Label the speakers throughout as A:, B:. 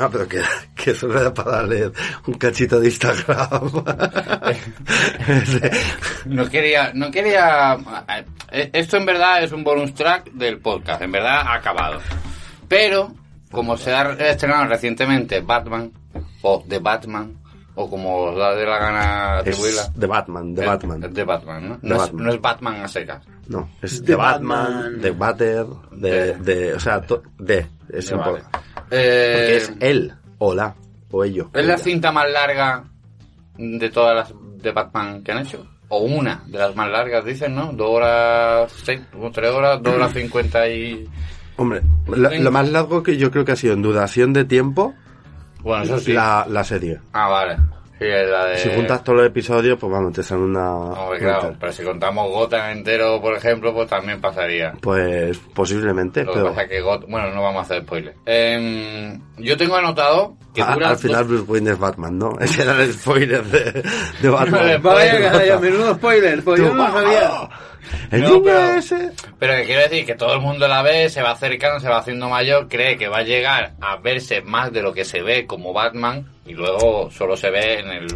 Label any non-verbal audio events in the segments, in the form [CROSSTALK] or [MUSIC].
A: Ah, pero que, que eso era para leer un cachito de Instagram.
B: [LAUGHS] No quería, no quería. eh, Esto en verdad es un bonus track del podcast, en verdad acabado. Pero, como se ha estrenado recientemente Batman, o The Batman, o como os da de la gana atribuirla.
A: Es de Batman, de
B: Es-
A: Batman.
B: es Eh, De Batman, ¿no?
A: De
B: No, es,
A: Batman.
B: no es Batman a secas.
A: No, es
C: De
A: de Batman,
C: Batman.
A: de Butter, de, de, o sea, to- de, es
B: De
A: importante.
B: Batman. Eh,
A: Porque es él, o la, o ello.
B: ¿Es la
A: Ella.
B: cinta más larga de todas las de Batman que han hecho? O una de las más largas, dicen, ¿no? Dos horas, seis, o tres horas, dos horas cincuenta y...
A: Hombre, lo, lo más largo que yo creo que ha sido en duración de tiempo
B: Bueno, Ah, eso sí.
A: la, la serie.
B: Ah, vale. Sí, es la de...
A: Si juntas todos los episodios, pues vamos, te sale una... una
B: Hombre, claro,
A: tal.
B: pero si contamos Gotham entero, por ejemplo, pues también pasaría.
A: Pues posiblemente,
B: Lo que
A: pero
B: pasa es que Gotham... Bueno, no vamos a hacer spoiler. Em, yo tengo anotado que
A: a-
B: dura...
A: Ah, al final
B: dos-
A: Bruce Wayne es Batman, ¿no? [LAUGHS] Ese era el spoiler de, de
B: le
A: Batman. ¡ah!
C: Vaya, canalla, menudo spoiler, pues yo no lo sabía.
A: El
B: No,
A: niño
B: pero-
A: ese...
B: Pero que quiero decir que todo el mundo la ve, se va acercando, se va haciendo mayor, cree que va a llegar a verse más de lo que se ve como Batman y luego solo se ve en el...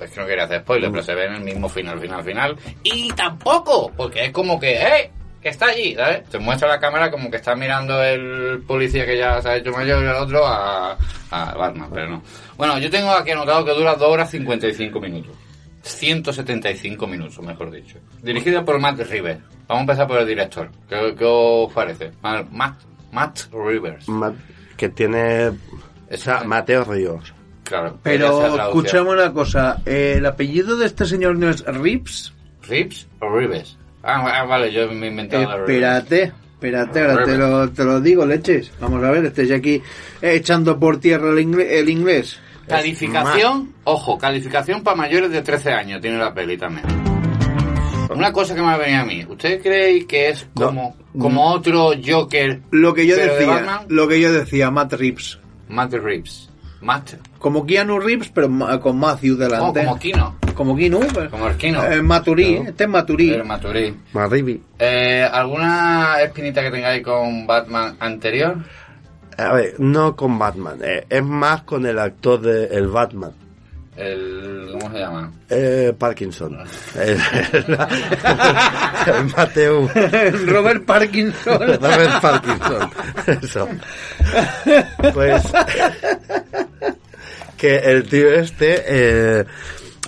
B: Es que no quería hacer spoiler, pero se ve en el mismo final, final, final. Y tampoco, porque es como que, ¡eh! Que está allí, ¿sabes? Te muestra la cámara como que está mirando el policía que ya se ha hecho mayor y el otro a, a Batman, pero no. Bueno, yo tengo aquí anotado que dura 2 horas 55 minutos. 175 minutos, mejor dicho. Dirigida por Matt Rivers. Vamos a empezar por el director. ¿Qué, qué os parece? Ma- Matt, Matt Rivers.
A: Ma- que tiene o sea, Mateo Ríos.
B: Claro. podría ser
C: Pero
B: la opción.
C: escuchame una cosa, eh, ¿el apellido de este señor no es Rips?
B: ¿Rips o Rivers? Ah, ah, vale, yo me he inventado la Rivers.
C: Espérate, espérate, ahora te lo, te lo digo, leches. Vamos a ver, estoy aquí eh, echando por tierra el, ingle- el inglés.
B: Calificación, ojo, calificación para mayores de 13 años tiene la peli también. Una cosa que me ha venido a mí. ¿Ustedes creéis que es
A: No.
B: como, como otro Joker?
C: Lo que yo
B: pero de
C: decía,
B: Batman?
C: lo que yo decía, Matt Rips.
B: Matt Reeves. Matt.
C: Como Keanu Reeves, pero ma- con Matthew
B: Oh,
C: delante.
B: como Kino.
C: Como Keanu. pero-
B: Como el Kino.
C: Eh, Maturí, este es Maturí.
B: El Maturí.
A: Marribi.
B: Eh, ¿Alguna espinita que tengáis con Batman anterior?
A: A ver, no con Batman, eh, es más con el actor de el Batman.
B: El, ¿Cómo se llama?
A: Eh, Parkinson. [LAUGHS] El, el- el Mateo
C: [LAUGHS] Robert
A: [LAUGHS]
C: Parkinson.
A: Robert Parkinson. Eso. Pues. Que el tío este. eh,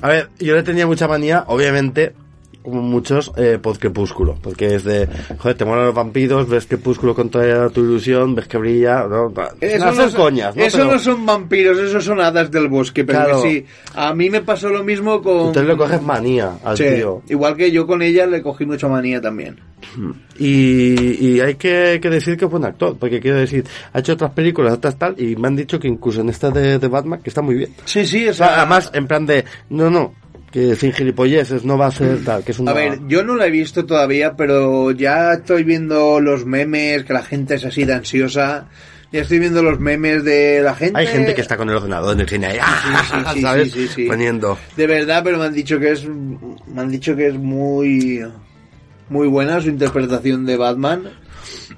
A: a ver, yo le tenía mucha manía, obviamente, como muchos, eh, por Crepúsculo. Porque es de. Joder, te molan los vampiros, ves Crepúsculo con toda tu ilusión, ves que brilla. No,
C: [LAUGHS] Eso
A: no son
C: son-
A: coñas, ¿no?
C: Eso
A: Pero-
C: no son vampiros, eso son hadas del bosque. Pero
A: Claro.
C: que sí, a mí me pasó lo mismo con.
A: Entonces le coges manía al
C: Sí,
A: tío.
C: Igual que yo con ella le cogí mucha manía también.
A: Y, y hay que, que decir que es buen actor, porque quiero decir, ha hecho otras películas, otras tal, y me han dicho que incluso en esta de, de Batman, que está muy bien.
C: Sí, sí, o
A: O sea,
C: sea,
A: además, en plan de, no, no, que sin gilipolleces no va a ser tal, que es un...
C: Ah, A ver, yo no la he visto todavía, pero ya estoy viendo los memes, que la gente es así de ansiosa. Ya estoy viendo los memes de la gente.
A: Hay gente que está con el ordenador en el cine ahí, [LAUGHS] ¡ah!
C: sí, sí,
A: ¿sabes?
C: sí, sí, sí.
A: Poniendo...
C: De verdad, pero me han dicho que es. Me han dicho que es muy. Muy buena su interpretación de Batman.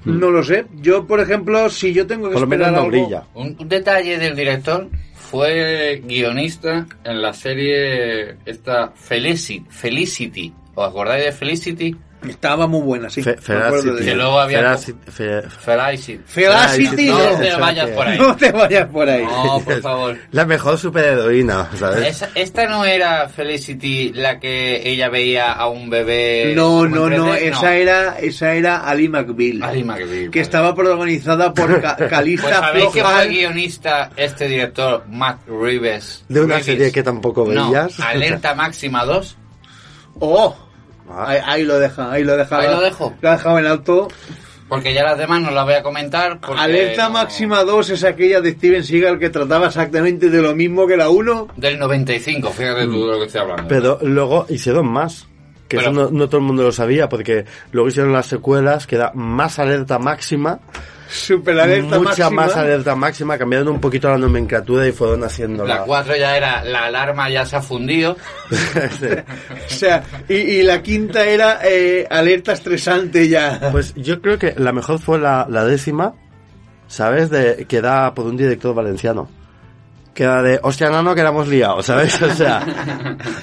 C: No lo sé. Yo, por ejemplo, si yo tengo que
A: Mm. Por lo menos
C: esperar
A: no
C: algo-
A: brilla.
B: Un, un detalle del director fue guionista en la serie esta Felicity. Felicity. ¿Os acordáis de Felicity?
C: Estaba muy buena, sí.
A: Fe-
C: me acuerdo de
A: Feracity.
B: Que
C: ella.
B: luego había-
A: Feracity- Fe-
B: Felicity.
C: Feracity,
B: No
C: no.
B: te vayas por
C: [LAUGHS]
B: ahí.
C: No te vayas por ahí.
B: No, por favor.
A: La mejor superheroína, ¿sabes?
B: Esa- esta no era Felicity la que ella veía a un bebé.
C: No,
B: Eh, como
C: no,
B: en
C: no,
B: 3D?
C: esa era, esa era Ali McBeal.
B: Ali McBeal,
C: Que
B: vale.
C: estaba protagonizada por
B: [LAUGHS]
C: Ca-
B: Pues
C: Calista
B: sabéis que fue
C: Flockhart.
B: guionista este director, Matt Reeves.
A: De una
B: Reeves.
A: serie que tampoco
B: No,
A: veías. [LAUGHS]
B: Alerta Máxima 2.
C: ¡Oh!
A: Ah.
C: Ahí, ahí lo deja, ahí lo deja.
B: Ahí lo dejo.
C: Lo ha dejado en alto.
B: Porque ya las demás no las voy a comentar. porque
C: Alerta
B: no-
C: máxima 2 es aquella de Steven Seagal que trataba exactamente de lo mismo que la 1.
B: Del 95, fíjate tú de lo que estoy hablando.
A: Mm. Pero luego hicieron más. Que eso
B: Pero-
A: no, no todo el mundo lo sabía, porque luego hicieron las secuelas, que era más alerta máxima,
C: Super alerta
A: mucha
C: máxima.
A: más alerta máxima, cambiaron un poquito la nomenclatura y fueron haciendo
B: la
A: [LAUGHS]
B: 4 ya era la alarma ya se ha fundido.
C: O sea, y, y la quinta era eh, alerta estresante ya.
A: Pues yo creo que la mejor fue la, la décima, ¿sabes? De, que da por un director valenciano. Que era de, hostia, no, no, que la hemos liado, ¿sabes? [LAUGHS] O sea,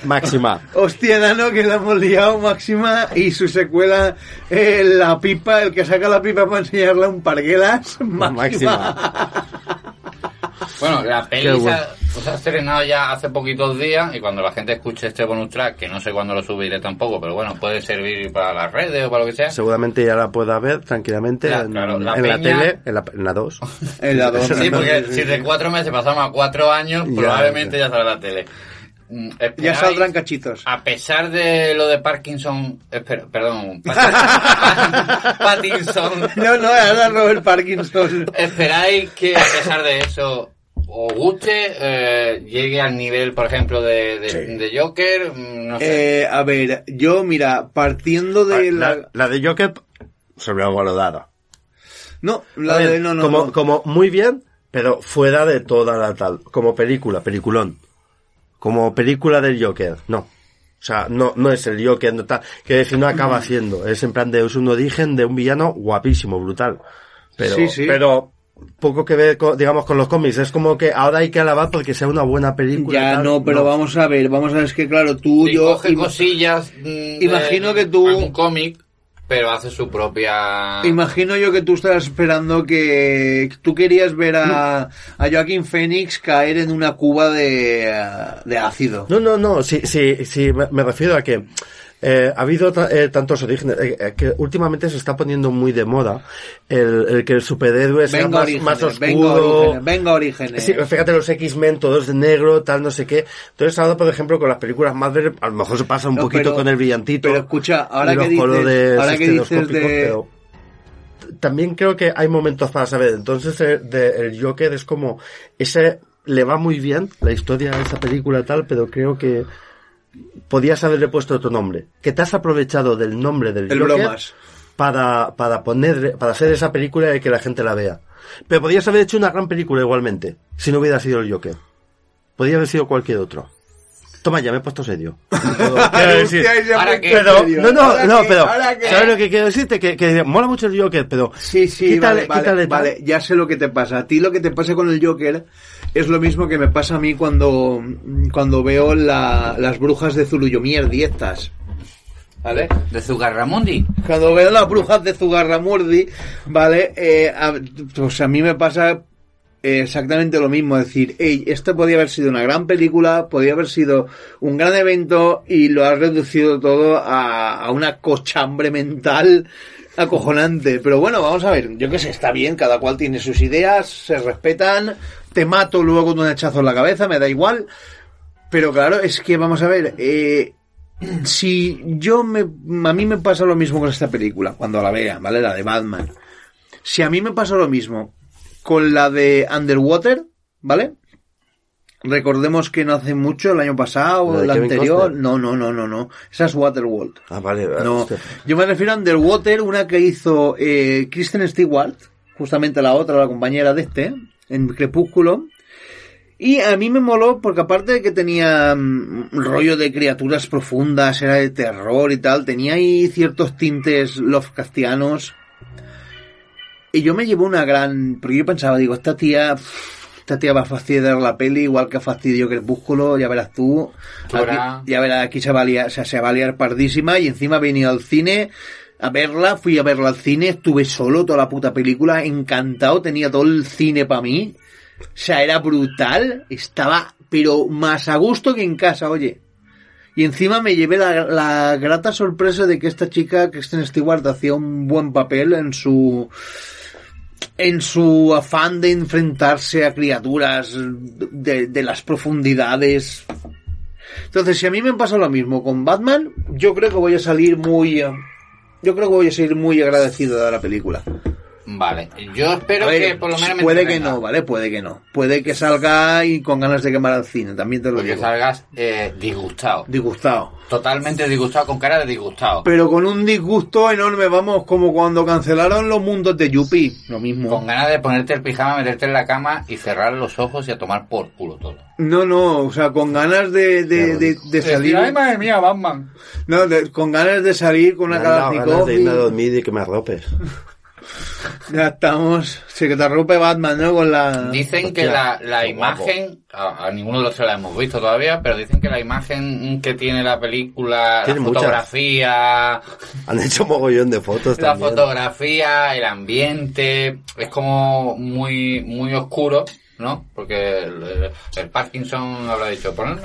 A: máxima.
C: Hostia, Nano, que la hemos liado máxima y su secuela, eh, la pipa, el que saca la pipa para enseñarla
A: [LAUGHS]
C: un parguelas, máxima.
A: Máxima.
B: Bueno, la
A: [LAUGHS]
B: peli
A: Qué
B: se,
A: bueno.
B: ha, pues, se ha estrenado ya hace poquitos días y cuando la gente escuche este bonus track, que no sé cuándo lo subiré tampoco, pero bueno, puede servir para las redes o para lo que sea.
A: Seguramente ya la pueda ver tranquilamente
B: La-
A: en,
B: claro, la
A: en la
B: peña-
A: tele, en la, en la
B: [LAUGHS]
A: 2.
C: El adorno.
B: Sí, porque si de cuatro meses pasamos a cuatro años,
A: Ya,
B: probablemente ya salga la tele. Mm,
C: Ya
B: esperáis-
C: saldrán cachitos.
B: A pesar de lo de Parkinson, espera, perdón,
C: [LAUGHS]
B: Pat- Pattinson,
C: [LAUGHS] No, no, ahora Robert Parkinson.
B: ¿Esperáis que a pesar de eso os guste? eh, ¿Llegue al nivel, por ejemplo, de, de, de Joker? Mm, No sé.
C: [LAUGHS] Eh, a ver, yo, mira, partiendo de la...
A: La, la de Joker, sobrevalorada.
C: No,
A: A
C: la
A: ver,
C: de... No, no,
A: como,
C: no.
A: como muy bien, pero fuera de toda la tal. Como película, peliculón. Como película del Joker, no. O sea, no, no es el Joker, no tal. Que decir, no acaba
C: Mm.
A: siendo. Es en plan de, es un origen de un villano guapísimo, brutal. Pero,
C: Sí, sí.
A: pero poco que ver, con- digamos, con los cómics. Es como que ahora hay que alabar porque sea una buena película.
C: Ya
A: tal.
C: no, pero vamos a ver, vamos a ver, es que claro, tú,
B: Y
C: yo...
B: coge
C: im-
B: cosillas. mm, de
C: imagino que tú-
B: algún cómic, pero hace su propia.
C: Imagino yo que tú estabas esperando que tú querías ver a, a Joaquín Phoenix caer en una cuba de, de ácido.
A: No, no, no, sí, sí, sí, me me refiero a que eh, ha habido ta- eh, tantos orígenes, eh, eh, que últimamente se está poniendo muy de moda el, el que el superhéroe sea
C: Venga
A: más,
C: orígenes,
A: más
C: venga
A: oscuro.
C: orígenes, venga orígenes.
A: Sí, fíjate los X-Men, todos de negro, tal, no sé qué. Entonces ahora, por ejemplo, con las películas Marvel, a lo mejor se pasa un
C: No,
A: poquito
C: pero-
A: con el brillantito.
C: Pero escucha, ahora
A: y los
C: que dices,
A: colores este
C: ahora que dices
A: estereoscópicos,
C: de,
A: pero t- también creo que hay momentos para saber. Entonces, el, de- el Joker es como ese le va muy bien la historia de esa película tal, pero creo que podías haberle puesto otro nombre. Que te has aprovechado del nombre del
C: El
A: Joker
C: bromas.
A: para para poner para hacer esa película y que la gente la vea. Pero podías haber hecho una gran película igualmente, si no hubiera sido el Joker. Podría haber sido cualquier otro. Toma, ya me he puesto
C: [LAUGHS]
A: serio. [LAUGHS] Quiero decir,
C: Hostia, y se
B: ahora
C: fue
B: que-
C: en
A: pero,
C: serio.
A: no, no,
C: Ahora
A: no,
C: que-
A: pero,
C: ahora que-
A: ¿sabes lo que quiero decirte? Que, que mola mucho el Joker, pero.
C: Sí, sí,
A: quítale,
C: vale, vale,
A: quítale tal.
C: vale, ya sé lo que te pasa. A ti lo que te pasa con el Joker es lo mismo que me pasa a mí cuando, cuando veo la- las brujas de Zuluyumier dietas.
B: ¿Vale? De Zugarramundi.
C: Cuando veo las brujas de Zugarramurdi, ¿vale? Eh, a, pues a mí me pasa eh, exactamente lo mismo. Es decir, hey, esto podía haber sido una gran película, podía haber sido un gran evento y lo has reducido todo a, a una cochambre mental acojonante. Pero bueno, vamos a ver. Yo qué sé, está bien, cada cual tiene sus ideas, se respetan. Te mato luego con un hechazo en la cabeza, me da igual. Pero claro, es que vamos a ver. Eh, si yo me. A mí me pasa lo mismo con esta película, cuando la vea, ¿vale? La de Batman. Si a mí me pasa lo mismo con la de Underwater, ¿vale? Recordemos que no hace mucho, el año
A: ¿La
C: pasado,
A: de
C: el
A: Kevin
C: anterior.
A: Costner?
C: No, no, no, no, no. Esa es Waterworld.
A: Ah, vale,
C: No,
A: hostia.
C: yo me refiero a Underwater, una que hizo eh, Kristen Stewart, justamente la otra, la compañera de este, en Crepúsculo. Y a mí me moló porque aparte de que tenía mm, un rollo de criaturas profundas, era de terror y tal, tenía ahí ciertos tintes Lovecraftianos. Y yo me llevo una gran... Porque yo pensaba, digo, esta tía... pff, Esta tía va a fastidiar la peli, igual que fastidió Crepúsculo, ya verás tú.
B: Tú verás.
C: Aquí- ya verás, aquí se va, a liar, o sea, se va a liar pardísima y encima he venido al cine a verla, fui a verla al cine, estuve solo toda la puta película, encantado, tenía todo el cine para mí. O sea, era brutal, estaba pero más a gusto que en casa, oye. Y encima me llevé la, la grata sorpresa de que esta chica, Kristen Stewart, hacía un buen papel en su en su afán de enfrentarse a criaturas de, de las profundidades. Entonces, si a mí me pasa lo mismo con Batman, yo creo que voy a salir muy eh, yo creo que voy a seguir muy agradecido de la película.
B: Vale, yo espero
C: A ver,
B: que por lo menos me
C: puede que
B: entretenga.
C: no, ¿vale? Puede que no. Puede que salga y con ganas de quemar al cine, también te lo
B: Porque
C: digo.
B: salgas eh, disgustado.
C: Disgustado.
B: Totalmente disgustado, con cara de disgustado.
C: Pero con un disgusto enorme, vamos, como cuando cancelaron los mundos de Yuppie. Lo
B: Con
C: mismo.
B: ganas de ponerte el pijama, meterte en la cama y cerrar los ojos y a tomar por culo todo.
C: No, no, o sea, con ganas de, de, de, de salir.
B: madre mía, Batman.
C: No, de- con ganas de salir con
A: Me
C: una
A: han dado ganas
C: Kalashnikov.
A: de
C: y-
A: irme a dormir y que me arropes.
C: Ya estamos. Se que te rompe Batman, ¿no? Con la.
B: Dicen
A: Hostia,
B: que la, la
A: qué guapo.
B: imagen, a, a ninguno de los tres la hemos visto todavía, pero dicen que la imagen que tiene la película, la
A: Tiene muchas.
B: fotografía,
A: Han hecho mogollón de fotos
B: la
A: también.
B: fotografía, el ambiente, es como muy, muy oscuro, ¿no? Porque el, el Parkinson habrá dicho, ponerme...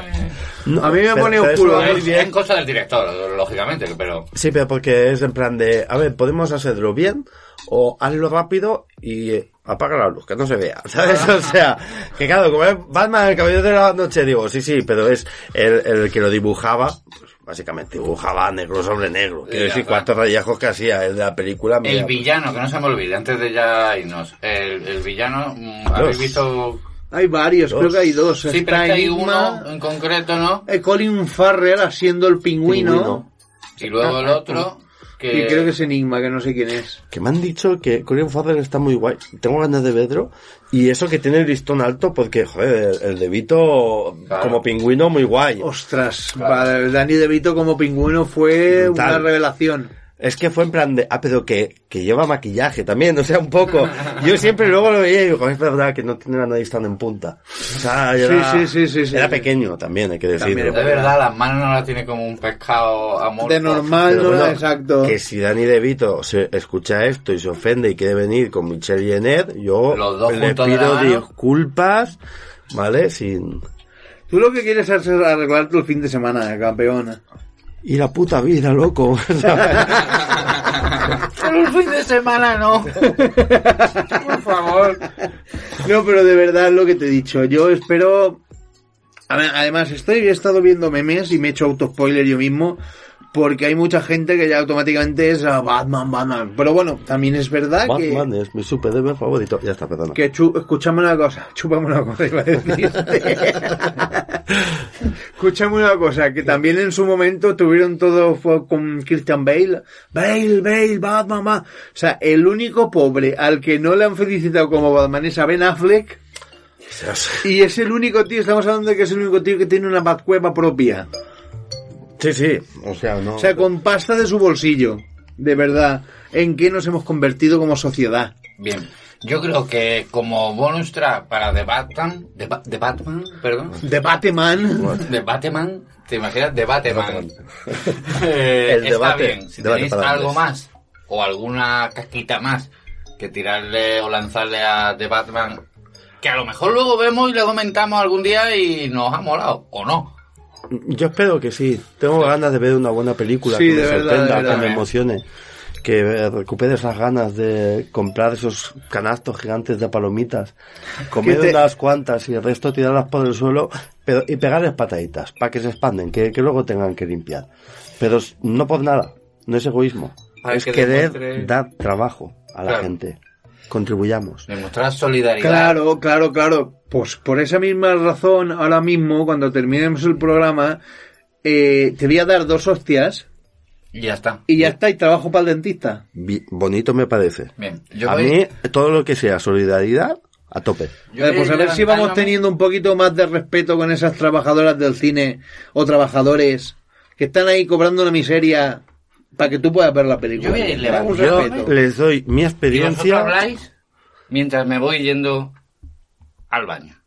A: No,
C: A mí me
A: pero-
C: pone
A: pero
C: oscuro,
A: eso
C: ¿eh?
A: es-
B: Es, es cosa del director, lógicamente, pero...
A: Sí, pero porque es en plan de, a ver, podemos hacerlo bien o hazlo rápido y eh, apaga la luz, que no se vea, [LAUGHS] ¿sabes? O sea, que claro, como es Batman, el caballero de la noche, digo, sí, sí, pero es el, el que lo dibujaba, pues, básicamente dibujaba negro sobre negro, quiero
B: Ya,
A: decir,
B: claro.
A: cuántos rayajos que hacía el de la película. mira, pues.
B: El villano, que no se me olvide, antes de ya irnos. El, el villano, mm, habéis
A: Dos.
B: visto...
C: Hay varios,
A: Dos.
C: creo que hay dos.
B: Sí, pero
C: Está
B: es que hay
C: Enigma,
B: uno en concreto, ¿no?
C: eh, Colin Farrell haciendo el pingüino.
A: Pingüino.
B: Y luego el otro, que...
C: Y creo que es Enigma, que no sé quién es.
A: Que me han dicho que Colin Farrell está muy guay. Tengo ganas de verlo. Y eso que tiene el listón alto, porque, joder, el, el de Vito,
B: Claro.
A: como pingüino, muy guay.
C: Ostras, para el Danny DeVito como pingüino fue
A: Brutal.
C: una revelación.
A: Es que fue en plan de, ah, pero que, que lleva maquillaje también, o sea, un poco. Yo siempre luego lo veía y digo, es verdad que no tiene la nariz tan en punta. O sea, era,
C: Sí, sí, sí, sí, sí.
A: era pequeño también, hay que decirlo.
C: También,
B: De verdad, las manos no las tiene como un pescado amor.
C: De normal,
A: Pero
C: no
A: bueno,
C: era exacto.
A: Que si Dani DeVito se escucha esto y se ofende y quiere venir con Michelle Jenner, yo
B: Los dos
A: le
B: juntos de la
A: pido
B: mano.
A: disculpas, ¿vale? Sin...
C: Tú lo que quieres es arreglar tu fin de semana, eh, campeona.
A: Y la puta vida, loco. [LAUGHS] ¿sabes?
C: [LAUGHS]
B: Pero un fin de semana no. Por favor.
C: No, pero de verdad es lo que te he dicho. Yo espero. A ver, además, estoy, he estado viendo memes y me he hecho auto-spoiler yo mismo. Porque hay mucha gente que ya automáticamente es ah, Batman, Batman. Pero bueno, también es verdad que.
A: Batman es mi superhéroe favorito. Ya está, perdona.
C: Que chu- escuchame una cosa, chúpame una cosa, iba a decir. escuchame una cosa, que también en su momento tuvieron todo fue con Christian Bale. Bale, Bale, Batman, Batman. O sea, el único pobre al que no le han felicitado como Batman es a Ben Affleck. Y es el único tío, estamos hablando de que es el único tío que tiene una Batcueva propia.
A: Sí, sí. O sea, no.
C: O sea, con pasta de su bolsillo. De verdad, ¿en qué nos hemos convertido como sociedad?
B: Bien. Yo creo que como bonus track para The Batman, The, Ba- The Batman, perdón,
C: De Batman.
B: The Batman, ¿te imaginas? The Batman. [LAUGHS] Eh,
A: El debate,
B: Está bien. Si
A: debate
B: tenéis
A: para
B: algo
A: hombres.
B: más o alguna casquita más que tirarle o lanzarle a The Batman, que a lo mejor luego vemos y le comentamos algún día y nos ha molado, o no.
A: Yo espero que sí. Tengo ganas de ver una buena película
C: Sí,
A: que me
C: de verdad,
A: sorprenda,
C: de verdad.
A: que me emocione. Que eh, recupere esas ganas de comprar esos canastos gigantes de palomitas, comer
C: Que te-
A: unas cuantas y el resto tirarlas por el suelo pero, y pegarles pataditas para que se expanden, que, que luego tengan que limpiar. Pero s- no por nada, no es egoísmo.
B: Para
A: es
B: que
A: querer
B: demuestre-
A: dar trabajo a la
B: Claro.
A: gente. Contribuyamos.
B: Demostrar solidaridad.
C: Claro, claro, claro. Pues por esa misma razón, ahora mismo, cuando terminemos el programa, eh, te voy a dar dos hostias
B: Y ya está.
C: y ya está, y trabajo para el dentista.
A: Bi- bonito me parece.
B: Bien. Yo
A: a
B: voy-
A: mí, todo lo que sea solidaridad, a tope.
B: yo
C: Eh,
B: voy
C: pues a ver si
B: levantándome.
C: vamos teniendo un poquito más de respeto con esas trabajadoras del cine o trabajadores que están ahí cobrando una miseria para que tú puedas ver la película.
B: Yo voy a ir levantando.
C: Un
A: Yo
C: respeto.
A: les doy mi
B: ¿Y vosotros
A: experiencia.
B: habláis mientras me voy yendo al baño?